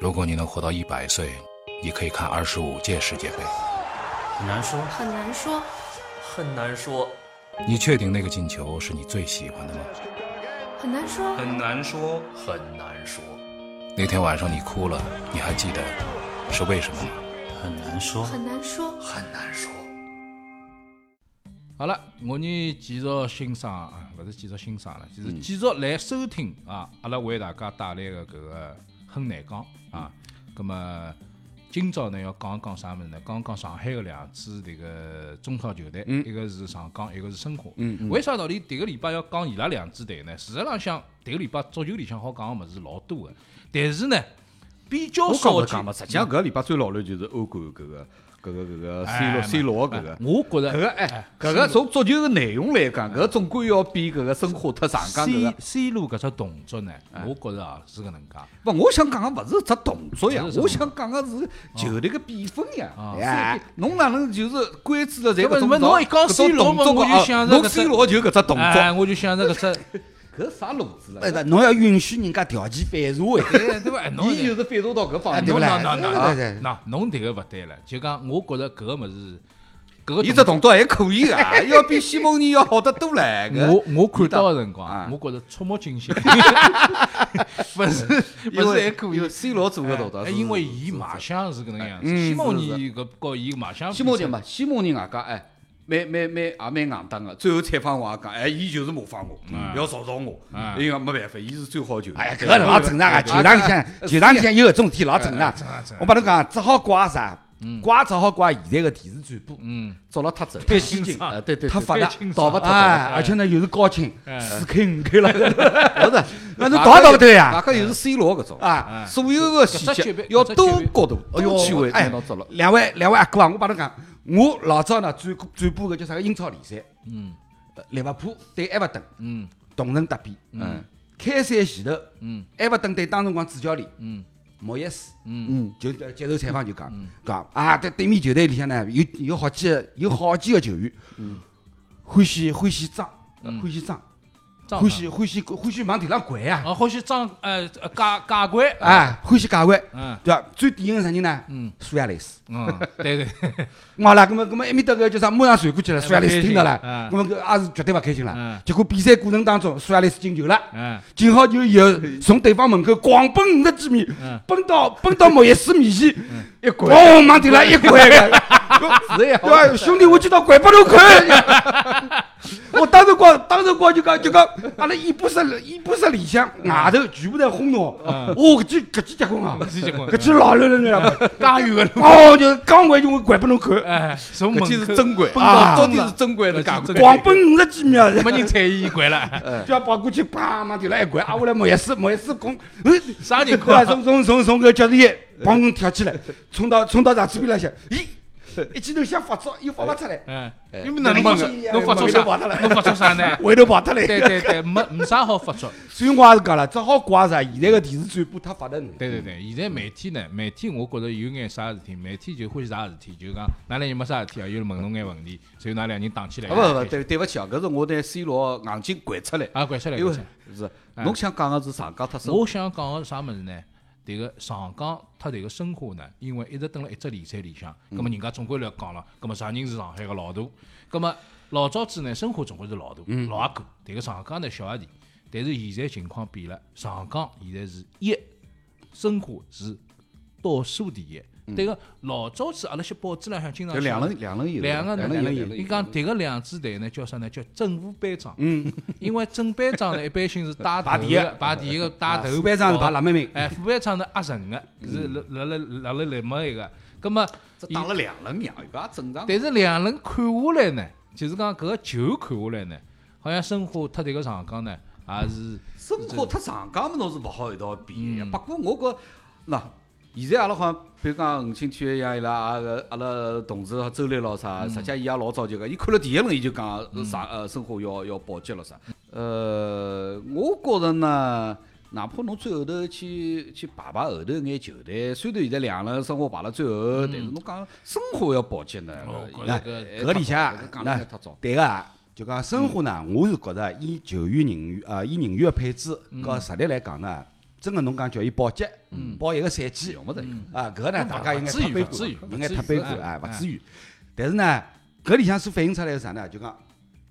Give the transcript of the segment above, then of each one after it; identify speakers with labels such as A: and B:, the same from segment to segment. A: 如果你能活到一百岁，你可以看二十五届世界杯。
B: 很难说，
C: 很难说。
B: 很难说，
A: 你确定那个进球是你最喜欢的吗？
C: 很难说，
B: 很难说，很难说，
A: 那天晚上你哭了，你还记得是为什么吗？
D: 很难说，
C: 很难说。
B: 很难说。
E: 好了，我哋继续欣赏啊，勿是继续欣赏了，
F: 嗯
E: 就是继续来收听啊，阿拉为大家带来的搿个很难讲啊。咁么今朝呢要讲一讲啥物事呢？讲一讲上海的两支迭个中超球队，
F: 嗯
E: 一个是上港，一个是申花。为啥道理迭个礼拜要讲伊拉两支队呢？事实浪向迭个礼拜足球里向好讲个物事老多的，但是呢比较
F: 我讲
E: 少
F: 勿
E: 见
F: 讲嘛，实际上搿个礼拜最老乱就是欧冠搿个搿个搿个
E: 嗯
F: C
E: 哎
F: 罗 C 罗搿
E: 哎
F: 个。
E: 我觉着
F: 搿个哎，搿个从足球个内容来讲，搿个总归要比搿个申花特上港搿
E: C
F: 个。
E: C 罗搿只动作呢，
F: 哎
E: 我觉着啊是搿能介。
F: 勿，我想讲个勿是只动作呀
E: 勿是，只
F: 我想讲个是球队个比分呀
E: 啊。
F: 哎，侬哪能就是关注了侪
E: 搿
F: 搿种
E: 勿是侬一讲
F: 搿种
E: C 罗嘛
F: 动作
E: 我就
F: 啊
E: 想着搿
F: 侬
E: 只
F: C 罗就搿只动
E: 哎，
F: 作，
E: 我就想着搿只，
F: 搿啥路子
D: 对
F: 了？
D: 的，侬要允许人家条件反射哎。
E: 哎对伐？哎侬
F: 伊就是反射到搿方
D: 哎
F: 面
E: 侬
D: 对不啦
E: 侬侬侬
D: 对对
E: 侬，那侬迭个勿对了，就讲我觉着搿个物事，搿个
F: 伊只动作还可以 啊，要比西蒙尼要好得多唻。搿
E: 我我看到个辰
F: 啊
E: 光，我觉着触目惊心，勿是
F: 因
E: 勿是
F: 为
E: 还可以
F: 因为。C 罗做搿动作
E: 哎
F: 是，
E: 因为伊卖相是搿能样子，
F: 嗯
E: 西蒙
F: 是
E: 尼搿告伊卖相比
F: 西
E: 赛，
F: 蒙尼嘛，西蒙尼外加哎，蛮蛮蛮也蛮硬当个。最后采访我也讲，哎，伊就是模仿我，要嘲笑我。
E: 嗯
F: 伊讲没办法，伊是最好的球员。
D: 哎呀，搿个老正常啊！球场里
F: 哎
D: 向，球场里向有搿种事体老正常。啊我帮侬讲，只好怪啥？怪只好怪现在个电视转播，
E: 嗯，
F: 抓了太准，
E: 太新颖
F: 啊，对对，
D: 太发
F: 对
D: 达
F: 太清，爽
D: 勿
F: 了
D: 脱。哎，而且呢又是高清，四 K 五 K 了，
F: 勿是，
D: 那侬搞到勿头
F: 外
D: 呀？
F: 加又是 C 罗搿种，
D: 啊，
F: 所有个细
E: 搿只级别
F: 节要
E: 搿只级别
F: 多角度、
D: 哎
F: 多趣
D: 呦
F: 味，，拿
D: 哎
F: 到抓了，。
D: 两位两位阿哥啊，我帮侬讲，我老早呢转转播个叫啥个英超联赛，
E: 嗯
D: 呃利物浦对埃弗顿，
E: 嗯
D: 同城搭比。
F: 嗯，
D: 开赛前头，
E: 嗯
D: 埃弗顿对当辰光主教练
E: 嗯
D: 莫耶斯，
E: 嗯
D: 嗯，就呃接受采访就讲讲啊，在对面球队里向呢，有有好几个有好几个球员，
E: 嗯
D: 欢喜欢喜脏，欢喜脏，
E: 张
D: 欢喜欢喜欢喜往地上掼啊，
E: 啊，好像张呃呃假假怪，
D: 啊，欢喜假弯，
E: 嗯
D: 对伐？最典型是啥人呢？
E: 嗯，
D: 苏亚雷斯。
E: 嗯，对对，
D: 好啦，咁么咁么埃面搭个叫啥？马上传过去了，苏亚雷斯听到了，
E: 嗯
D: 咁么搿也是绝对勿开心了
E: 嗯。
D: 结果比赛过程当中，苏亚雷斯进球了。
E: 嗯
D: 进好球以后，从对方门口狂奔五十几米
E: 嗯，
D: 奔到奔到莫耶斯面前，
F: 一滚，
D: 咣往地上一滚，
F: 是也好
D: 对。吧？兄弟，我就到拐把头看。我当时光，当时光就讲就讲，阿拉演播室演播室里向外头全部在轰动。哦，搿记搿记结棍啊！
E: 搿记结棍
D: 搿记老热闹了，刚有个。哦，就是刚回去我拐拨侬看，
E: 哎，从门
F: 搿
E: 口
F: 记是真管，
D: 到
F: 啊
D: 到
F: 到
E: 底
F: 底
E: 是
F: 是真管
E: 搿
F: 是假
E: 记是
F: 管？
E: 真
D: 狂奔五十几秒，
E: 没人睬伊，伊掼了，
D: 就要跑过去，啪往地上一拐，啊，我来莫耶斯，莫耶斯拱，嗯
E: 啥情
D: 对吧？
E: 况？
D: 从从从从个教练员
E: 嗯
D: 砰跳起来，冲到冲到场子边浪向，咦，一记头想发作，又发不出来，
E: 嗯，你们哪能发出？
D: 啊
E: 侬发出啥？侬发出啥呢？
D: 回头跑脱来。
E: 对对对，没没啥好发出。
D: 所以我也是讲了，只好怪啥？现在个电视转播太发达了。
E: 对对对，现在媒体呢，媒体我觉着有眼啥事体，媒体就欢喜啥事体，就讲哪两人没啥事体啊，又问侬眼问题，所以㑚两人打起来。
F: 啊勿勿，对对勿起啊，搿是我拿 C 罗硬劲掼出来。
E: 啊，怪出来。
F: 因为是侬想讲个是上港特
E: 我想讲个啥物事呢？迭个上港他迭个申花呢，因为一直蹲辣一只联赛里向，葛末人家总归来讲了，葛末啥人是上海个老大？葛末老早子呢，申花总归是老大，老阿哥，迭个上港呢小阿弟。但是现在情况变了，上港现在是一，申花是倒数第一。迭个老早子阿拉些报纸浪向经常
F: 就两
E: 写
F: 轮两轮游，
E: 两个
F: 两
E: 呢，
F: 轮游，
E: 伊讲迭个两支队呢叫啥呢？叫正副班长。因为正班长呢一般性是带头
D: 排第一
E: 的，排第一个
F: 啊
E: 带头。
D: 头班长是排
E: 了。
D: 辣妹妹，
E: 哎，副班长是压阵的，是辣辣辣辣辣辣么一个。葛么，
F: 这打了两轮呀，搿也正常。
E: 但是两轮看下来呢，就是讲搿个球看下来呢，好像申花特迭个上港呢也是
F: 生活特上港么侬是勿好一道比
D: 嗯
F: 的呀。不过我觉喏，现在阿拉好像比如讲吴青区一样，伊拉阿个阿拉同事周立老啥，实际上伊也老早就讲，伊看了第一轮伊就讲
D: 嗯
F: 上呃生活要要保级了啥。呃，我觉着呢。哪怕侬最后头去去排排后头眼球队，虽然现在两轮生活排了最后，但是侬讲生活要保级呢，哎
E: 觉
D: 那
E: 着嗯哦搿
D: 搿里向
F: 讲了
D: 那
F: 太早。
D: 对个啊。就讲
E: 嗯嗯
D: 申花呢，我是觉着以球员人员啊，以人员的配置和实力来讲呢，
F: 真个侬讲叫伊保级，保一个赛季
G: 要，么得有
F: 啊，搿个呢，大家应该
E: 至于
F: 太悲
E: 不至于
F: 观，
E: 不
F: 应该
E: 至
F: 太
E: 于
F: 悲观
E: 哎
F: 啊，勿
E: 哎
F: 至于。但是呢，搿里向所反映出来是啥呢？就讲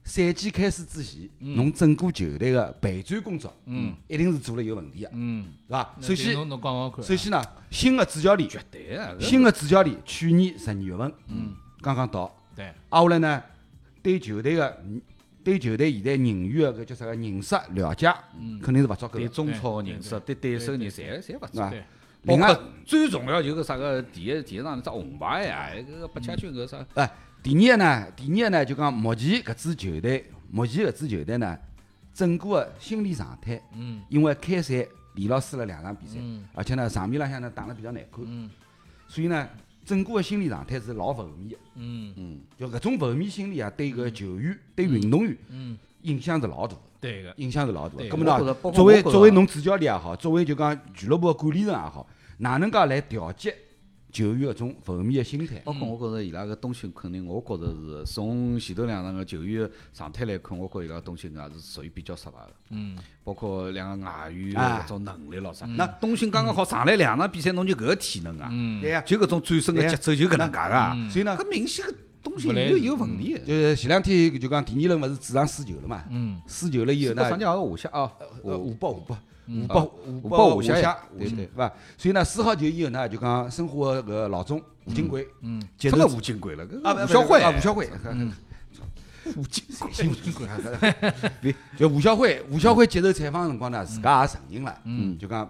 F: 赛季开始之前，侬整个球队个备战工作，嗯，一定是做了有问题个，
E: 嗯，
F: 是伐？
E: 那
F: 首
E: 对
F: 先，
E: 侬侬讲讲看啊，
F: 首先呢，新个主教练，
G: 对啊，搿
F: 新个主教练去年十二月份，嗯，刚刚到，
E: 对，
F: 挨下来呢，对球队个对球队现在人员个搿叫啥个认识了解，肯定是勿足够
G: 对
F: 的，
G: 中超认识，对对手认识，侪侪勿
F: 是
G: 错。
F: 伐
E: 对？
G: 包
F: 另外
G: 括，最重要就是啥个第一第一场只红牌呀，搿个八家军搿啥
F: 哎，第二个呢，第二个呢，就讲目前搿支球队，目前搿支球队呢，整个个心理状态，嗯，因为开赛连牢输了两场比赛，而且呢，场面浪向呢打得比较难看，嗯，所以呢，整个个心理状态是老负面的，
E: 嗯，
G: 嗯，
F: 就搿种负面心理啊，对搿球员、对运动员，嗯，影响是老大的。
E: 对个，
F: 影响是老大
E: 对
F: 的。咁么
G: 我觉得
F: 呢
G: 包括，
F: 作为
G: 我觉得
F: 作为侬主教练也好，作为就讲俱乐部的管理层也好，哪能介来调节球员搿种负面的心态？
G: 包括我觉着伊拉个冬训，肯定我觉着是从前头两场个球员状态来看，我觉着伊拉冬训也啊是属于比较失败个。嗯，包括两个外援的
F: 啊
G: 搿种能力咯啥。那冬训刚刚好上来两场比赛，侬就搿个体能啊，
F: 对呀，
G: 就搿种转身个
F: 对呀
G: 节奏就搿能介啊个。
F: 所以呢，嗯
G: 搿明显个冬训
E: 不来
G: 有有问题的。
F: 就是前两天就讲第二轮勿是主场输球了嘛？
E: 嗯，
F: 输球了以后
G: 上
F: 呢
G: 上，届下下啊，
F: 呃
G: 我
F: 五报五报五报五
G: 五报
F: 五
G: 五
F: 下
G: 下
F: 下
G: 呀，
F: 五
G: 对
F: 下
G: 对
F: 是伐？所以呢，输好球以后呢，就讲申花的搿老总吴金贵，嗯，接
G: 这
F: 受
G: 个吴金贵了，搿
F: 啊
G: 个吴
F: 不不
G: 小
F: 啊
G: 辉
F: 吴小辉，吴金贵，吴金贵， 别就吴小辉，吴小辉接受采访的辰光呢，自家也承认了，嗯，就讲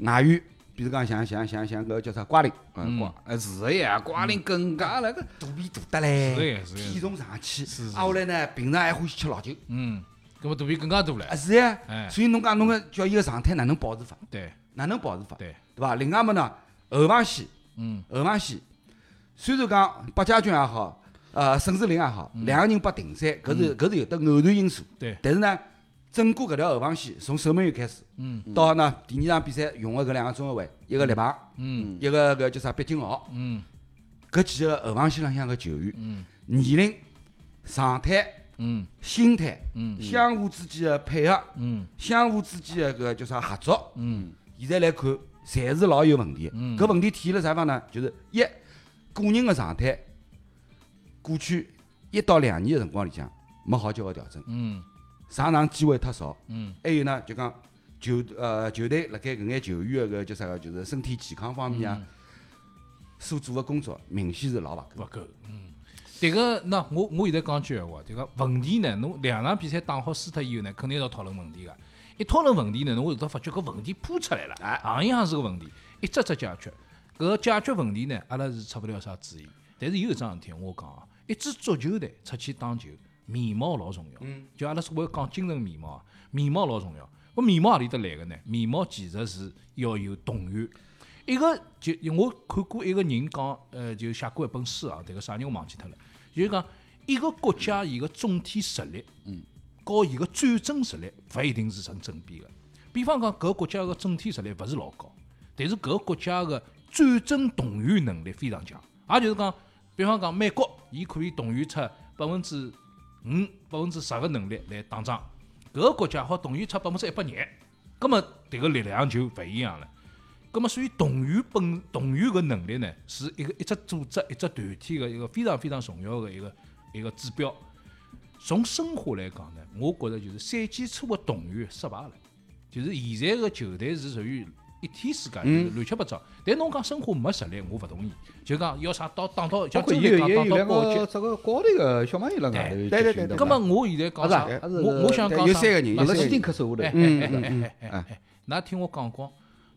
F: 外援，比如讲像像像像个叫啥瓜林，
G: 嗯，瓜呃是的呀，瓜林更加那个
F: 肚皮大得
E: 嗯是
F: 嘞
E: 呀，是呀
F: 体重上去，啊后来呢，平常还欢喜吃老酒，
E: 嗯，搿么肚皮更加大
F: 啊
E: 了，
F: 是呀
E: 哎，
F: 所以侬讲侬个叫伊个状态哪能保持法？
E: 对
F: 哪能保持法？
E: 对，
F: 对伐？另外么呢，后防线，
E: 嗯，
F: 后防线，虽然讲八家军也好，呃，沈世林也好，两个人被停赛，搿是搿是有的偶然因素。
E: 对
F: 但是呢，整个搿条后防线从守门员开始，嗯，到呢第二场比赛用的搿两个中后卫，一个立鹏，嗯，一个搿叫啥毕金豪，
E: 嗯，
F: 搿几个后防线浪向个球员，嗯，年龄、状态，嗯，心态，嗯，相互之间的配合，
E: 嗯，
F: 相互之间的搿叫啥合作，嗯，现在来看，侪是老有问题。嗯，搿问题体现了啥地方呢？就是一个人的状态，过去一到两年的辰光里向没好叫个调整。
E: 嗯，
F: 上场机会太少。
E: 嗯，
F: 还有呢，就讲球呃球队辣盖搿眼球员的搿叫啥个，就是身体健康方面啊，所做的工作明显是老勿够。
E: 勿够，嗯。迭个，那我我现在讲句闲话，迭个问题呢，侬两场比赛打好输脱以后呢，肯定要讨论问题个。一讨论问题呢，侬会得发觉搿问题铺出来了，行一行是个问题，一只只解决。搿解决问题呢，阿拉是出勿了啥主意。但是有一桩事体我讲啊，一支足球队出去打球，面貌老重要。就阿拉所谓讲精神面貌啊，面貌老重要。搿面貌何里搭来个呢？面貌其实是要有动员。一个就我看过一个人讲，呃，就写过一本书啊，迭个啥人我忘记脱了。就是讲一个国家伊个总体实力，嗯，和伊个战争实力勿一定是成正比个。比方讲，搿个国家个整体实力勿是老高，但是搿个国家个战争动员能力非常强。也就是讲，比方讲美国，伊可以动员出百分之五、百分之十个能力来打仗，搿个国家好动员出百分之一百廿，葛么迭个力量就勿一样了。咁么，所以动员本动员个能力呢，是一个一只组织、一只团体个一个非常非常重要个一个一个指标。从申花来讲呢，我觉着就是赛季初个动员失败了，就是现在个球队是属于一天世界就是乱七八糟。但侬讲申花没实力，我勿同意。就讲要啥到打到
G: 包
E: 像
G: 括
E: 周
G: 伊
E: 磊
G: 有
E: 讲
G: 也有
E: 打到
G: 两
E: 高级
G: 个，这个高头个小朋友辣外头集训
F: 对对对
G: 的
F: 对
E: 咁
G: 嘛
E: 么我现在讲啥
G: 啊是啊？
E: 我我想讲
F: 有
E: 啥
F: 三个人
E: 勿
G: 阿
E: 是
G: 拉基丁克手下
E: 哎
G: 头，
E: 哎哎哎哎哎，那听我讲光，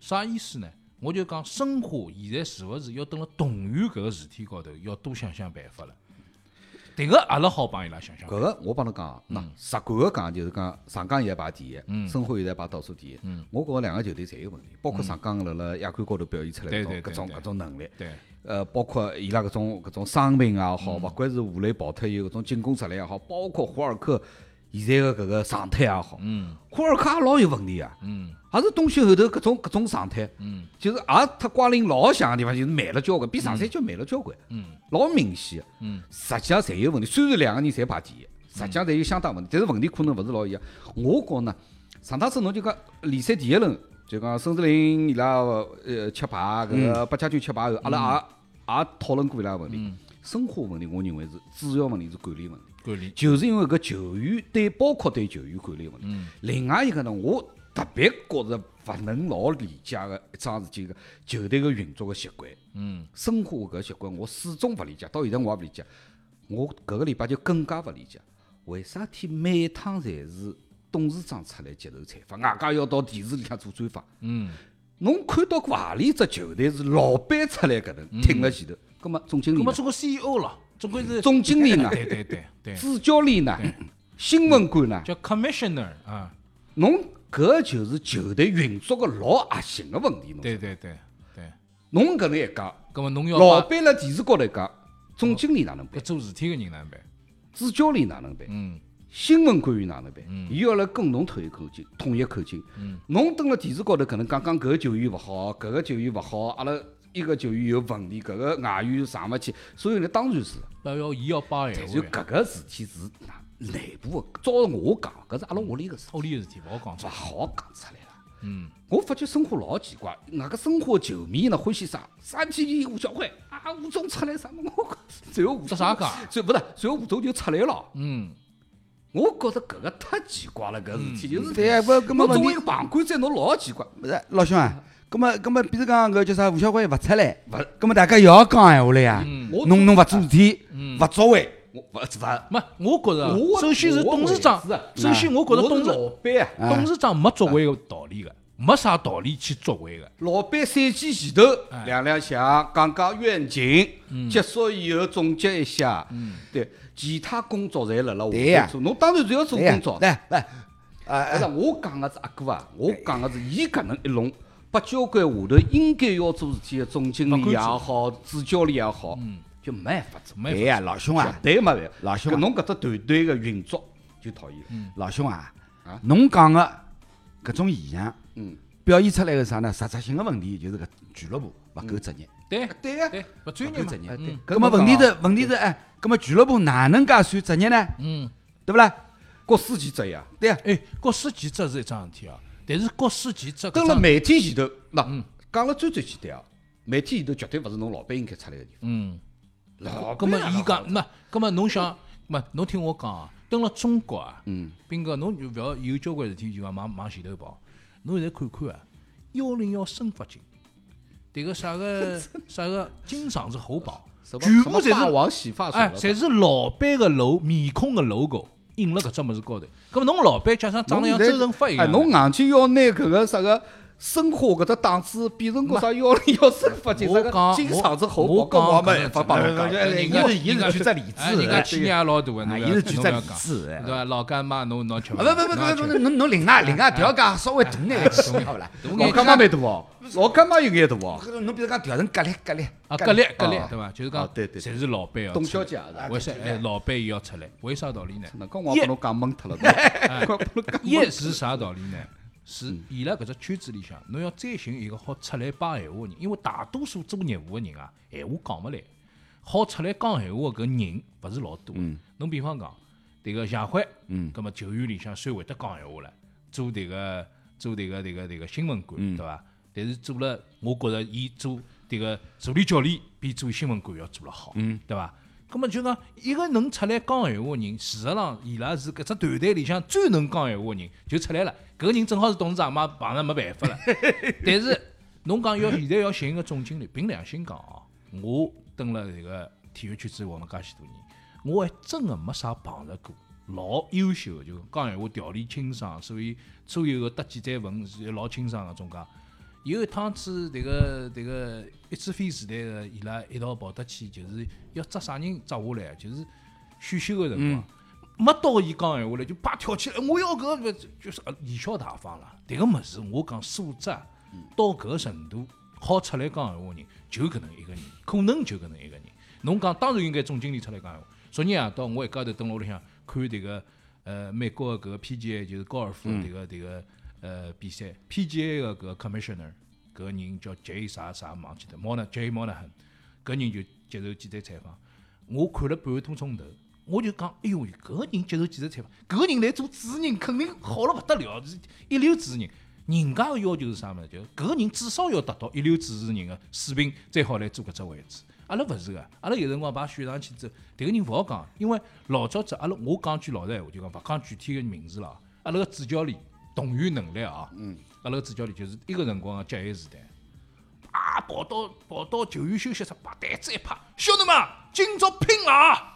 E: 啥意思呢？我就讲申花现在是勿是要等了动员搿个事体高头要多想想办法了？迭个阿拉好帮伊拉想想办
G: 搿个我帮侬讲
E: 嗯
G: 啊，那直观个讲就是讲上港现在排第一，申花现在排倒数第一。
E: 嗯
G: 我觉着两个球队侪有问题，包括上港辣辣亚冠高头表现出来
E: 对
G: 搿
E: 对
G: 种搿
E: 对
G: 种
E: 对
G: 搿种能力
E: 法。，对，
G: 呃，包括伊拉搿种搿种伤病也
E: 嗯
G: 好，勿管是武磊、保特有搿种进攻实力也好，包括胡尔克现在个搿个状态也好，胡尔克也老有问题啊。
E: 嗯
G: 也是冬训后头搿种搿种状态，
E: 嗯，
G: 就是也他瓜林老像个地方，就是慢了交关，比上赛季慢了交关，
E: 嗯，
G: 老明显，
E: 嗯，
G: 实际上侪有问题。虽然两个人侪排第一，实际上侪有相当问题，但是问题可能勿是老一样。我觉呢，上趟子侬就讲联赛第一轮
F: 就讲孙志林伊拉呃吃排，搿个八家军吃排后，阿拉也也讨论过伊拉个问题。申花问题，我认为是主要问题是管理问题，
E: 管理，
F: 就是因为搿球员对包括对球员管理问题。另外一个呢，我特别觉着勿能老理解个一桩事体个球队个运作个习惯。
E: 嗯
F: 申花搿习惯，我始终勿理解，到现在我也勿理解。我搿个礼拜就更加勿理解，为啥体每趟侪是董事长出来接受采访，外加要到电视里向做专访？
E: 嗯，
F: 侬看到过何里只球队是老板出来搿能挺辣前头？嗯葛末总经理
E: 那
F: 呢
E: 么做个 CEO 了，总归是
F: 总经理呢
E: 对对对对，
F: 主教练呢？新闻官呢？
E: 叫 commissioner 啊，
F: 侬搿就是球队运作个老核心个问题。侬
E: 对对对对，
F: 侬搿能一讲，
E: 那么侬要
F: 老
E: 帮
F: 板辣电视高头一讲，总经理哪能
E: 搿
F: 办？
E: 做事体个人哪能办？
F: 主教练哪能办？
E: 嗯
F: 新闻官员哪能办？伊要来跟侬统一口径，统一口径。
E: 嗯
F: 侬蹲辣电视高头搿能讲讲搿个球员勿好，搿个球员勿好，阿拉一个球员有问题，搿个外援上勿去，所以呢，当然是。
E: 要要伊要帮闲
F: 但是
E: 话呀，
F: 搿个事体是哪内部个，照我讲，搿是阿拉屋里个事，
E: 屋里个事体勿好讲
F: 勿
E: 出来。
F: 好讲出来啦。
E: 嗯，
F: 我发觉申花老奇怪，外个申花球迷呢欢喜啥？三体吴小辉啊，吴总出来啥么？我最后吴
E: 这
F: 总
E: 啥啊讲？
F: 最不是最后吴总就出来了。
E: 嗯，
F: 我觉着搿个太奇怪了，搿事
E: 嗯
F: 体就是
D: 对，不，搿么
F: 侬
D: 问
F: 作
D: 题
F: 为一个旁观者，侬老奇怪。嗯
D: 不是老兄啊，葛么葛么，比如讲搿叫啥吴小辉勿出来，勿，葛么大家也要讲闲话了呀。
E: 嗯
F: 我
D: 侬侬勿做事体，勿作为，
F: 我勿勿，
E: 没，我觉着
F: 我
E: 首先是董事长
F: 我也是啊，
E: 首先我觉着
F: 我
E: 董
F: 是
E: 事
F: 老板啊，
D: 嗯
E: 董事长没作为个道理个，没啥道理去作为个。
F: 老板赛季前头亮亮相，讲讲愿景，结束以后总结一下。对，其他工作侪辣辣下
D: 对呀
F: 头做，侬当然是要做
D: 对呀
F: 工作。
D: 来来，哎啊
F: 但是
D: 啊，
F: 我讲个是阿哥啊，我讲个是伊搿能一弄，把交关下头应该要做事体的总经理也好，主教练也好，就没办法做，
E: 没
D: 对呀，老兄啊
F: 绝，对没办法。
D: 老兄啊
F: 搿侬搿只团队个运作就讨厌了。
D: 老兄啊
F: 啊，
D: 侬讲个搿种现象，
F: 嗯，
D: 表现出来个啥呢？实质性个问题就是搿俱乐部勿够职业。
E: 对
F: 对呀
E: 对，勿专业
F: 不专业
E: 嘛。
D: 嗯哎，对
E: 嗯。
D: 葛么问题是问题是哎，葛么俱乐部哪能介算职业呢？
E: 嗯，
D: 对不啦？
F: 国师级职业，
D: 对呀，
E: 哎，国师级这是一桩事体啊，但是国师级这搿
F: 登了
E: 桩
F: 媒体前头，
E: 嗯
F: 那讲了最最简单啊，媒体前头绝对勿是侬老板应该出来个地方。
E: 嗯，
F: 啊老
E: 葛
F: 板
E: 么
F: 哪能
E: 伊讲，那葛么侬想，没侬听我讲啊，登了中国啊，嗯，斌哥，侬就勿要有交关事体就讲往往前头跑，侬现在看看啊，幺零幺申发金，迭个啥 个啥个金嗓子喉宝，
F: 什么
E: 全
F: 什
E: 部
F: 么
E: 侪
F: 霸
E: 是
F: 王洗发水
E: 哎，
F: 了，
E: 侪是老板个 logo 面孔个 logo 印辣搿只物事高头。葛么侬老板假使长得像
F: 侬现在
E: 周润发一
F: 哎，
E: 样，
F: 侬硬劲要拿搿个啥个申花搿只档次变成个啥幺零幺申发金啥
E: 我
F: 个
E: 讲，
F: 金厂子猴
E: 我
F: 宝，搿我
E: 讲哎
F: 没办法帮侬讲。
E: 人
F: 我
E: 家
D: 伊是举只例子
E: 哎人家企业也老大个，
D: 啊
E: 侬
D: 伊是
E: 要
D: 举
E: 侬
D: 只
E: 要
D: 例
E: 讲哎
D: 子哎
E: 对伐？老干妈侬侬吃
D: 啊
E: 勿
D: 不不不不不，侬侬另外另外调价稍微大
E: 哎
D: 眼个起，好勿啦？
F: 老干妈蛮大
E: 啊
F: 哦，老干妈有眼大哦。
D: 搿种侬比如讲调成格力格力
E: 啊，格力格力
F: 啊，
E: 对伐？就是讲
F: 啊，对对对
E: 侪是老板要出来。
F: 董小姐也是
E: 为啥？哎，老板也要出来，为啥道理呢？
F: 那刚我帮侬讲懵 脱了，刚帮侬讲
E: 一是啥道理呢？是伊拉搿只圈子里向，侬要再寻一个好出来帮闲话个人，因为大多数做业务个人啊，闲话讲勿来，好出来讲闲话个搿人勿是老多。侬比方讲，迭个谢辉，嗯，葛末球员里向算会得讲闲话了，做迭个做迭个迭个迭个新闻官，对伐？但是做了，我觉着伊做迭个助理教练比做新闻官要做了好，嗯，对伐？葛么就讲一个能出来讲闲话个人，事实上伊拉是搿只团队里向最能讲闲话个人，就出来了。搿个人正好是董事长嘛，碰着没办法了。但是侬讲要现在要寻一个总经理，凭良心讲哦，我蹲了迭个体育圈子混了介许多年，我还真个没啥碰着过老优秀个，就讲哎闲话条理清爽，所以所有个得几载文是老清爽个总讲。哎有一趟子迭个迭个一次飞时代个，伊拉一道跑得去，就是要抓啥人抓下来，就是选秀个辰光，没到伊讲闲话来，就啪跳起来，我要搿个就是呃贻笑大方了。迭个物事我讲素质啊到搿个程度，好出来讲闲话个人，就搿能一个人，可能就搿能一个人。侬讲当然应该总经理出来讲闲话。昨日夜到我一家头蹲辣屋里向看迭个呃美国个搿个 PGA 就是高尔夫迭个迭个呃比赛，PGA 个搿个 commissioner 搿个人叫 J 啥啥忘记脱 m o n a J Monahan 搿人就接受记者采访，我看了半个多钟头。我就讲，哎哟，搿个人接受记者采访，搿个人来做主持人，肯定好了勿得了，是一流主持人。人家个要求是啥物事？就是搿个人至少要达到一流主持人个水平，才好来做搿只位置。阿拉勿是个，阿拉有辰光把选上去之后，迭个人勿好讲，因为老早子阿拉我讲句老实闲话，就讲勿讲具体个名字了啊。阿拉个主教练动员能力啊，嗯，阿拉个主教练就是一个辰光个职业时代，啊，跑到跑到球员休息室，把台子一拍，兄弟们，今朝拼了啊！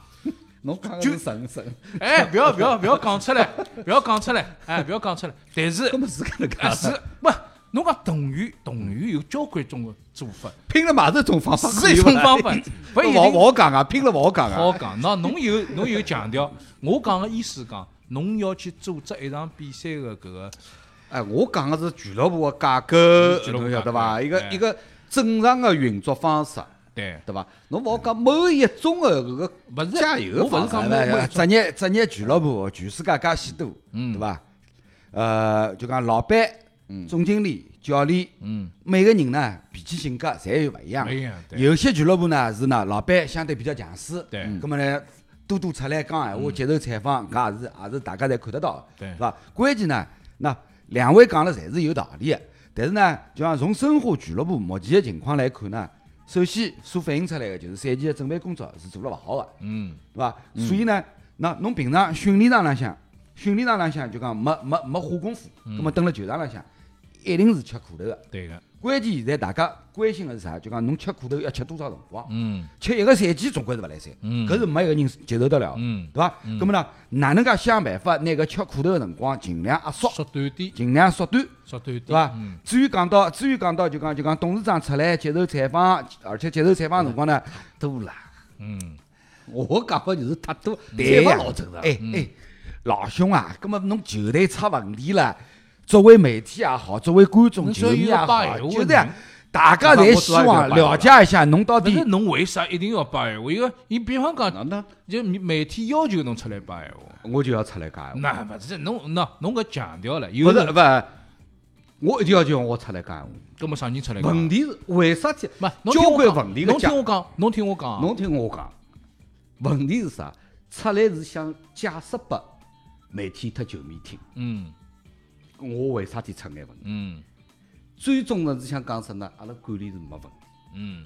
F: 侬讲就神神，
E: 哎，不要不要不要讲出来，不要讲出来，哎，不要讲出来。 但是
F: 根本是搿能
E: 啊
F: 介，
E: 是不？侬讲动员动员有交关种个做法，
F: 拼了嘛是一种方 法，
E: 是一种方 法，不一
F: 勿好勿
E: 定
F: 好讲啊，拼了勿好讲
E: 好
F: 啊。
E: 讲。那侬有侬有强调， 我讲个意思讲，侬要去组织一场比赛个搿个，
F: 哎，我讲个是俱乐部个架构
E: 嗯俱，乐部
F: 侬晓得
E: 架
F: 伐？
E: 构
F: 一个
E: 哎
F: 一个正常个运作方式，
E: 对，
F: 对伐？侬勿好讲某一种个搿个
E: 勿是
F: 加油
E: 我勿
F: 方
E: 是
F: 式
E: 讲
D: 哎
E: 每每
D: 哎职业职业俱乐部，全世界介许多，
E: 嗯
D: 对伐？呃，就讲老板、总经理、教练，每个人呢脾气性格侪有勿一样
E: 嗯勿一样。对
D: 有些俱乐部呢是呢，老板相对比较强势，
E: 对嗯
D: 咁么呢多多出来讲闲话，接受采访，搿也是也是大家侪看得到的，
E: 对
D: 是伐？关键呢，那两位讲了侪是有道理的，但是呢，就讲从申花俱乐部目前的情况来看呢，首先所反映出来的就是赛季的准备工作是做了勿好的。
E: 嗯，
D: 对伐？所以呢，那侬平常训练场浪向，训练场浪向就讲没没没花功夫，
E: 嗯
D: 那么蹲辣球场浪向，一定是吃苦头个。
E: 对个，
D: 关键现在大家关心个是啥？就讲侬吃苦头要吃多少辰光？
E: 嗯
D: 吃一个赛季总归是勿来三，
E: 嗯
D: 搿是没一个人接受得了的，
E: 嗯
D: 对伐？那么呢，哪能介想办法拿搿吃苦头个辰光尽量啊压缩，
E: 缩短点，
D: 尽量啊缩短？
E: 缩短点，
D: 对伐
E: 嗯？
D: 至于讲到，至于讲到就讲就讲董事长出来接受采访，而且接受采访的辰光呢，多了。
E: 嗯，
F: 我讲法就是太多，
D: 对
F: 采
D: 呀
F: 访老正常。
D: 哎
E: 嗯
D: 哎，老兄啊，葛么侬球队出问题了，作为媒体也好，作为观众、
E: 侬
D: 球迷也
E: 只要有啊
D: 好，
E: 个把
D: 就是
E: 握
D: 呀
E: 人
D: 大家侪希望了解一下侬到
E: 但是
D: 底
E: 侬为啥一定要摆闲话？一个，伊比方
F: 那
E: 讲，
F: 那
E: 就媒体要求侬出来摆闲话。
F: 我就要出来讲闲
D: 嗯
F: 话。
E: 那勿是侬那侬搿强调了，有
F: 不是
E: 人
F: 不，我一定要叫我出来讲
E: 搿
F: 闲话。
E: 么啥人
D: 嗯
E: 出来讲？
F: 问题是为啥体？
E: 勿侬
F: 交
E: 听我
F: 关
E: 讲
F: 问题个
E: 侬
F: 讲
E: 听，我讲，侬听我讲啊，
F: 侬听我讲，问题是啥？出来是想解释拨媒体和球迷听，
E: 嗯
F: 我为啥体出眼问题？
E: 嗯
F: 最终呢是想讲啥呢？阿拉管理是没问题，
E: 嗯，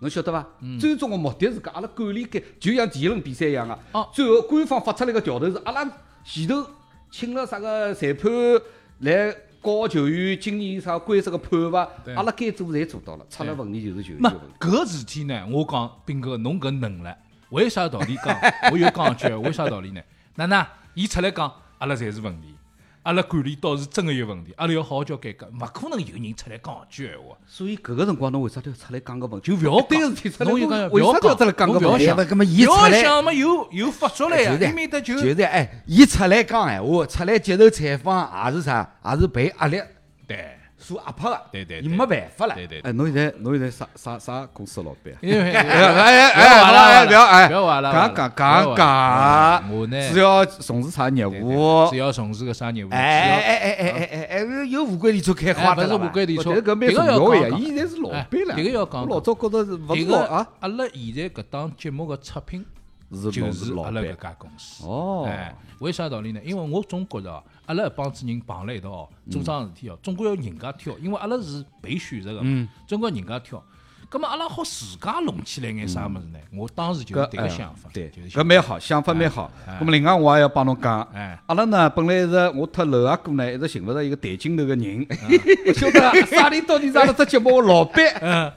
F: 侬晓得伐？
D: 嗯
F: 最终个目的是讲阿拉管理该就像第一轮比赛一样
E: 哦
F: 啊。最后官方发出来个调头是阿拉前头请了啥个裁判来教球员今年啥规则个判罚
E: 对，
F: 阿拉该做侪做到了，出了
E: 对
F: 问题就是球员
E: 没
F: 有问题。
E: 搿事体呢，我讲斌哥，侬搿能力，为啥道理讲？ 我又讲一句，为啥道理呢？哪能伊出来讲，阿拉侪是问题。阿拉管理倒是真个有问题，阿拉要好好叫改革，勿可能有人出来讲一句闲话，
F: 所以搿个辰光侬为啥要出来讲个问题？
E: 就勿要
F: 对
E: 讲
F: 个事体出来
E: 侬就
F: 讲
E: 讲
F: 为啥要出来
E: 讲
F: 讲
E: 侬
F: 个
E: 勿要
F: 问题
E: 想
D: 哎，勿搿么
E: 勿
D: 伊出
E: 要
D: 来
E: 想嘛，有有法律了呀，
D: 就是
E: 伊面搭
D: 就是哎，伊出来讲闲话，出来接受采访也是啥，也是被压力
E: 对，
D: 所压迫个，
E: 对对
D: 伊
E: 对
D: 没办法了。
E: 对对对
F: 哎，侬现在侬现在啥啥啥公司老板啊？
E: 因为
F: 哎哎哎，
E: 完
F: 好
E: 了完
F: 了哎，不要
E: 了
F: 哎，
E: 不要完了
F: 讲
E: 完
F: 讲
E: 了嗯
F: 讲讲，
E: 我呢
F: 是要从事啥业
E: 对
F: 务啊
E: 对只？要从事个啥业务，只
D: 哎哎
E: 要
D: 哎哎哎哎哎哎，又无关理做开花
E: 哎
D: 的
E: 勿是
D: 了
E: 无
D: 吧？
E: 关理
F: 不
E: 错，
F: 但搿蛮
E: 迭个
F: 重要
E: 要
F: 呀，
E: 讲
F: 伊现在是老
E: 哎
F: 板了。
E: 迭个要讲
F: 我老早觉得是勿
E: 迭
F: 是
E: 个
F: 老啊，
E: 阿拉现在搿档节目个出品
F: 是
E: 就
F: 侬
E: 是
F: 老
E: 阿拉搿
F: 板。
E: 家公司。
F: 哦，
E: 哎，为啥道理呢？因为我总觉着啊阿拉一帮子人碰辣一道哦
F: 嗯
E: 做桩事体哦，总归要人家挑，因为阿拉是被选择个嘛，
F: 嗯
E: 总归要人家挑。咁么阿拉好自家弄起来眼啥物事呢？我当时就是
F: 嗯搿哎
E: 迭个想法，
F: 对，
E: 就是
F: 搿
E: 想
F: 蛮好，想法蛮好。那么另外我也要帮侬讲，
E: 哎
F: 阿拉呢本来是我特楼阿哥呢一直寻勿着一个抬镜头个人，不晓得啥里到底是阿拉只节目个老板，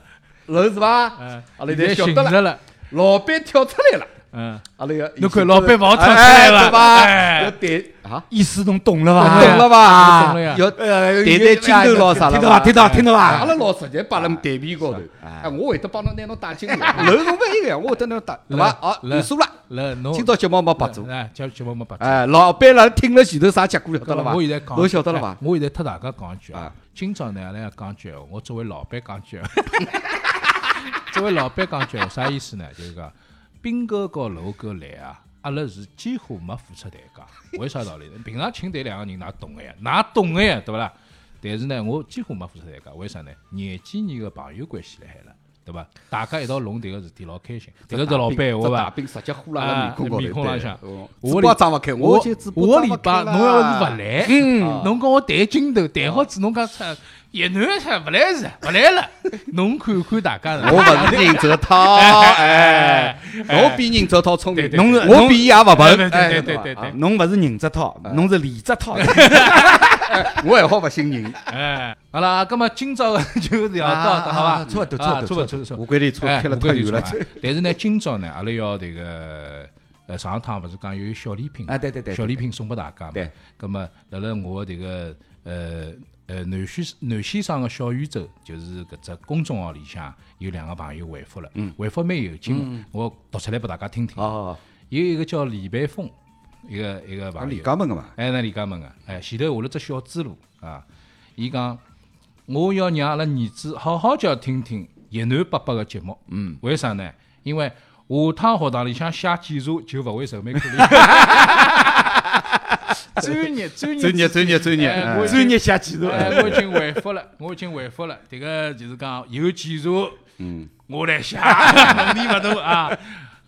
F: 楼是伐？
E: 哎
F: 阿拉现在晓
E: 寻
F: 得
E: 着
F: 了，
E: 了，
F: 老板跳出来了，
E: 嗯，
F: 阿拉要
E: 侬看老板勿好跳出来
F: 哎
E: 了
F: 对伐？
E: 哎
F: 要抬啊，
D: 意思侬懂了
E: 哎
D: 伐？
F: 懂了伐？
E: 懂了呀
F: 要
D: 呃
F: 抬抬镜头咯啥了
D: 听到伐？
F: 伐？
D: 听到听到伐
F: 阿？拉老直接把人抬皮高头，哎，我会得帮侬拿侬带进来，楼侬勿一个呀，我会得拿侬带，对伐？
E: 来
F: 啊，你输了，
E: 了侬
F: 今朝节目没白做。
E: 哎，节节目没白做。
F: 哎，老板了听了前头啥结果晓得了伐？
E: 我现在讲，
F: 侬晓得了伐
E: 哎？我现在特大家讲一句啊
F: 啊，
E: 今朝呢，阿拉要讲一句闲话，我作为老板讲一句闲话， 作为老板讲一句闲话，啥意思呢？就是讲，斌哥和楼哥来啊，阿拉是几乎没付出代价，为啥道理呢？ 平常请这两个人，哪懂个呀？哪懂个呀？对不啦？但是呢，我几乎没付出代价，为啥呢？廿几年个朋友关系辣海了，对伐？大家一道弄迭个事体老开心，迭
F: 这
E: 个是老
F: 大
E: 板
F: 兵
E: 话
F: 这
E: 伐
F: 大？兵直接呼
E: 哎啊
F: 啦面孔高头
E: 面孔浪向
F: 对哦
E: 我
F: 嘴
E: 礼
F: 巴张勿开，
E: 我
F: 就嘴巴
E: 我
F: 张
E: 礼
F: 勿
E: 拜
F: 开
E: 侬要是勿
F: 啦，
E: 来，嗯，侬跟我谈筋头，谈好子，侬讲出越南出勿来事，勿来 了，侬看看大家
F: 我
E: 是。
F: 勿是宁泽涛，哎，我比宁泽涛聪
E: 对对
F: 明，
D: 侬是
F: 我比伊也勿
E: 对
F: 笨
E: 对，
F: 哎
E: 对
F: 对
E: 对
F: 吧
E: 对对，
D: 侬勿是宁泽涛，
E: 啊
D: 侬是李泽 涛。
F: 我还好勿姓宁，
E: 哎，好了，那么今朝就聊到
D: 啊
E: 这，好吧
D: 啊？差不多
E: 啊
D: 差不多
E: 差不多，差不多。
F: 我跟你扯
E: 哎
F: 开了
E: 我
F: 太
E: 跟你
F: 远
E: 说
F: 了
E: 啊， 但是呢，今朝呢，阿拉要这个呃，上趟不是讲有小礼品
D: 啊对对对对
E: 小礼品送拨大家嘛。啊
D: 对。
E: 那么，辣辣我这个呃呃南先南先生的小宇宙，就是搿只公众号里向有两个朋友回复了，
D: 嗯
E: 回复蛮有劲的，我读出来拨大家听听。
F: 哦，
E: 有一个叫李培峰，一个一个
F: 啊，
E: 朋
F: 李
E: 友。
F: 家门个嘛，
E: 哎，那李家门个，哎，前头下了只小猪猡啊，伊讲我要让阿拉儿子好好叫听听越南爸爸个节目，嗯，为啥呢？因为下趟学堂里向写检查就勿会愁眉苦脸。专业专业
F: 专业专业专业，
E: 哎
F: 哎
E: 我
D: 专业写技术，
E: 哎，我已经回复了，我已经回复了。这个就是讲有检查，嗯，我来写，问题勿大啊。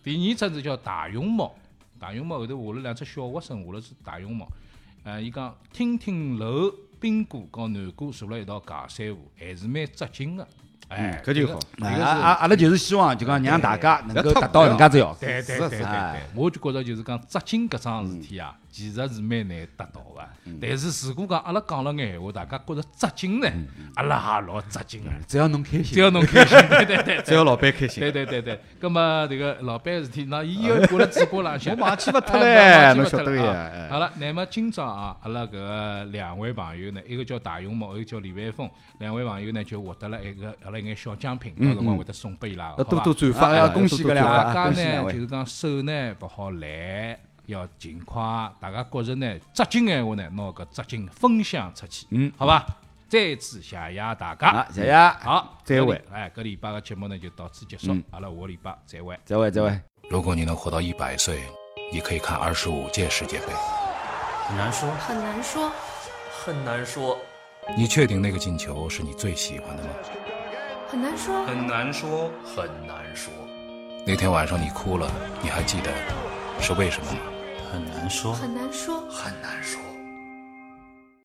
E: 第二只是叫大熊猫，大熊猫后头下了两只小学生，下了是大熊猫。呃，伊讲听听楼冰哥和南哥坐了一道尬三胡，还是蛮扎劲个。哎，
F: 搿就好
E: 这
D: 啊
E: 个
D: 啊，阿拉就是希望就讲让大家能够
F: 要
D: 达到人家只要求。
E: 对对对对对，我就觉着就是讲扎金搿桩事体
F: 嗯
E: 啊，其实是蛮难达到个。但是如果讲阿拉讲了眼闲话，大家觉着扎金呢，
F: 嗯
E: 阿拉也老扎金个，啊
D: 只要侬开心
E: 只，要侬开 心，对对对
F: 只要老板开心
E: 对。对对对。葛么迭个老板事体，那伊又过了直播 浪向，我
F: 忘记勿脱
E: 哎
F: 嘞，
E: 忘
F: 侬
E: 记
F: 晓
E: 勿脱
F: 得
E: 了
F: 个
E: 啊
F: 呀。哎
E: 好了，那么今朝啊，阿拉搿个两位朋友呢，一个叫大勇猫，一个叫李万峰，两位朋友呢就获得了一个阿拉一眼小奖品，到
F: 嗯
E: 辰光会得送拨伊拉个，
F: 要
E: 好伐
F: 多多转发，
D: 啊
F: 哎
D: 要
F: 多
D: 恭喜
F: 多
D: 搿
F: 转
D: 两位
F: 发
D: 啊
E: 大
D: 恭
E: 家
D: 喜两
E: 呢，
D: 位
E: 就是讲手呢勿好懒，要勤快。大家觉着呢，扎劲闲话呢，拿搿扎劲分享出去，嗯，好伐？再次谢谢大家
D: 啊，，谢谢，
E: 好，
D: 再嗯会
E: 搿礼。哎，搿礼拜个节目呢就到此结束，阿拉下个礼拜再会。
D: 再会，再会。
A: 如果你能活到一百岁，你可以看二十五届世界杯。
B: 很难说，
C: 很难说，
B: 很难说，
A: 你确定那个进球是你最喜欢的吗？
C: 很难说，
B: 很难说，很难说，
A: 那天晚上你哭了，你还记得是为什么吗？
B: 很难说，
C: 很难说。
B: 很难说。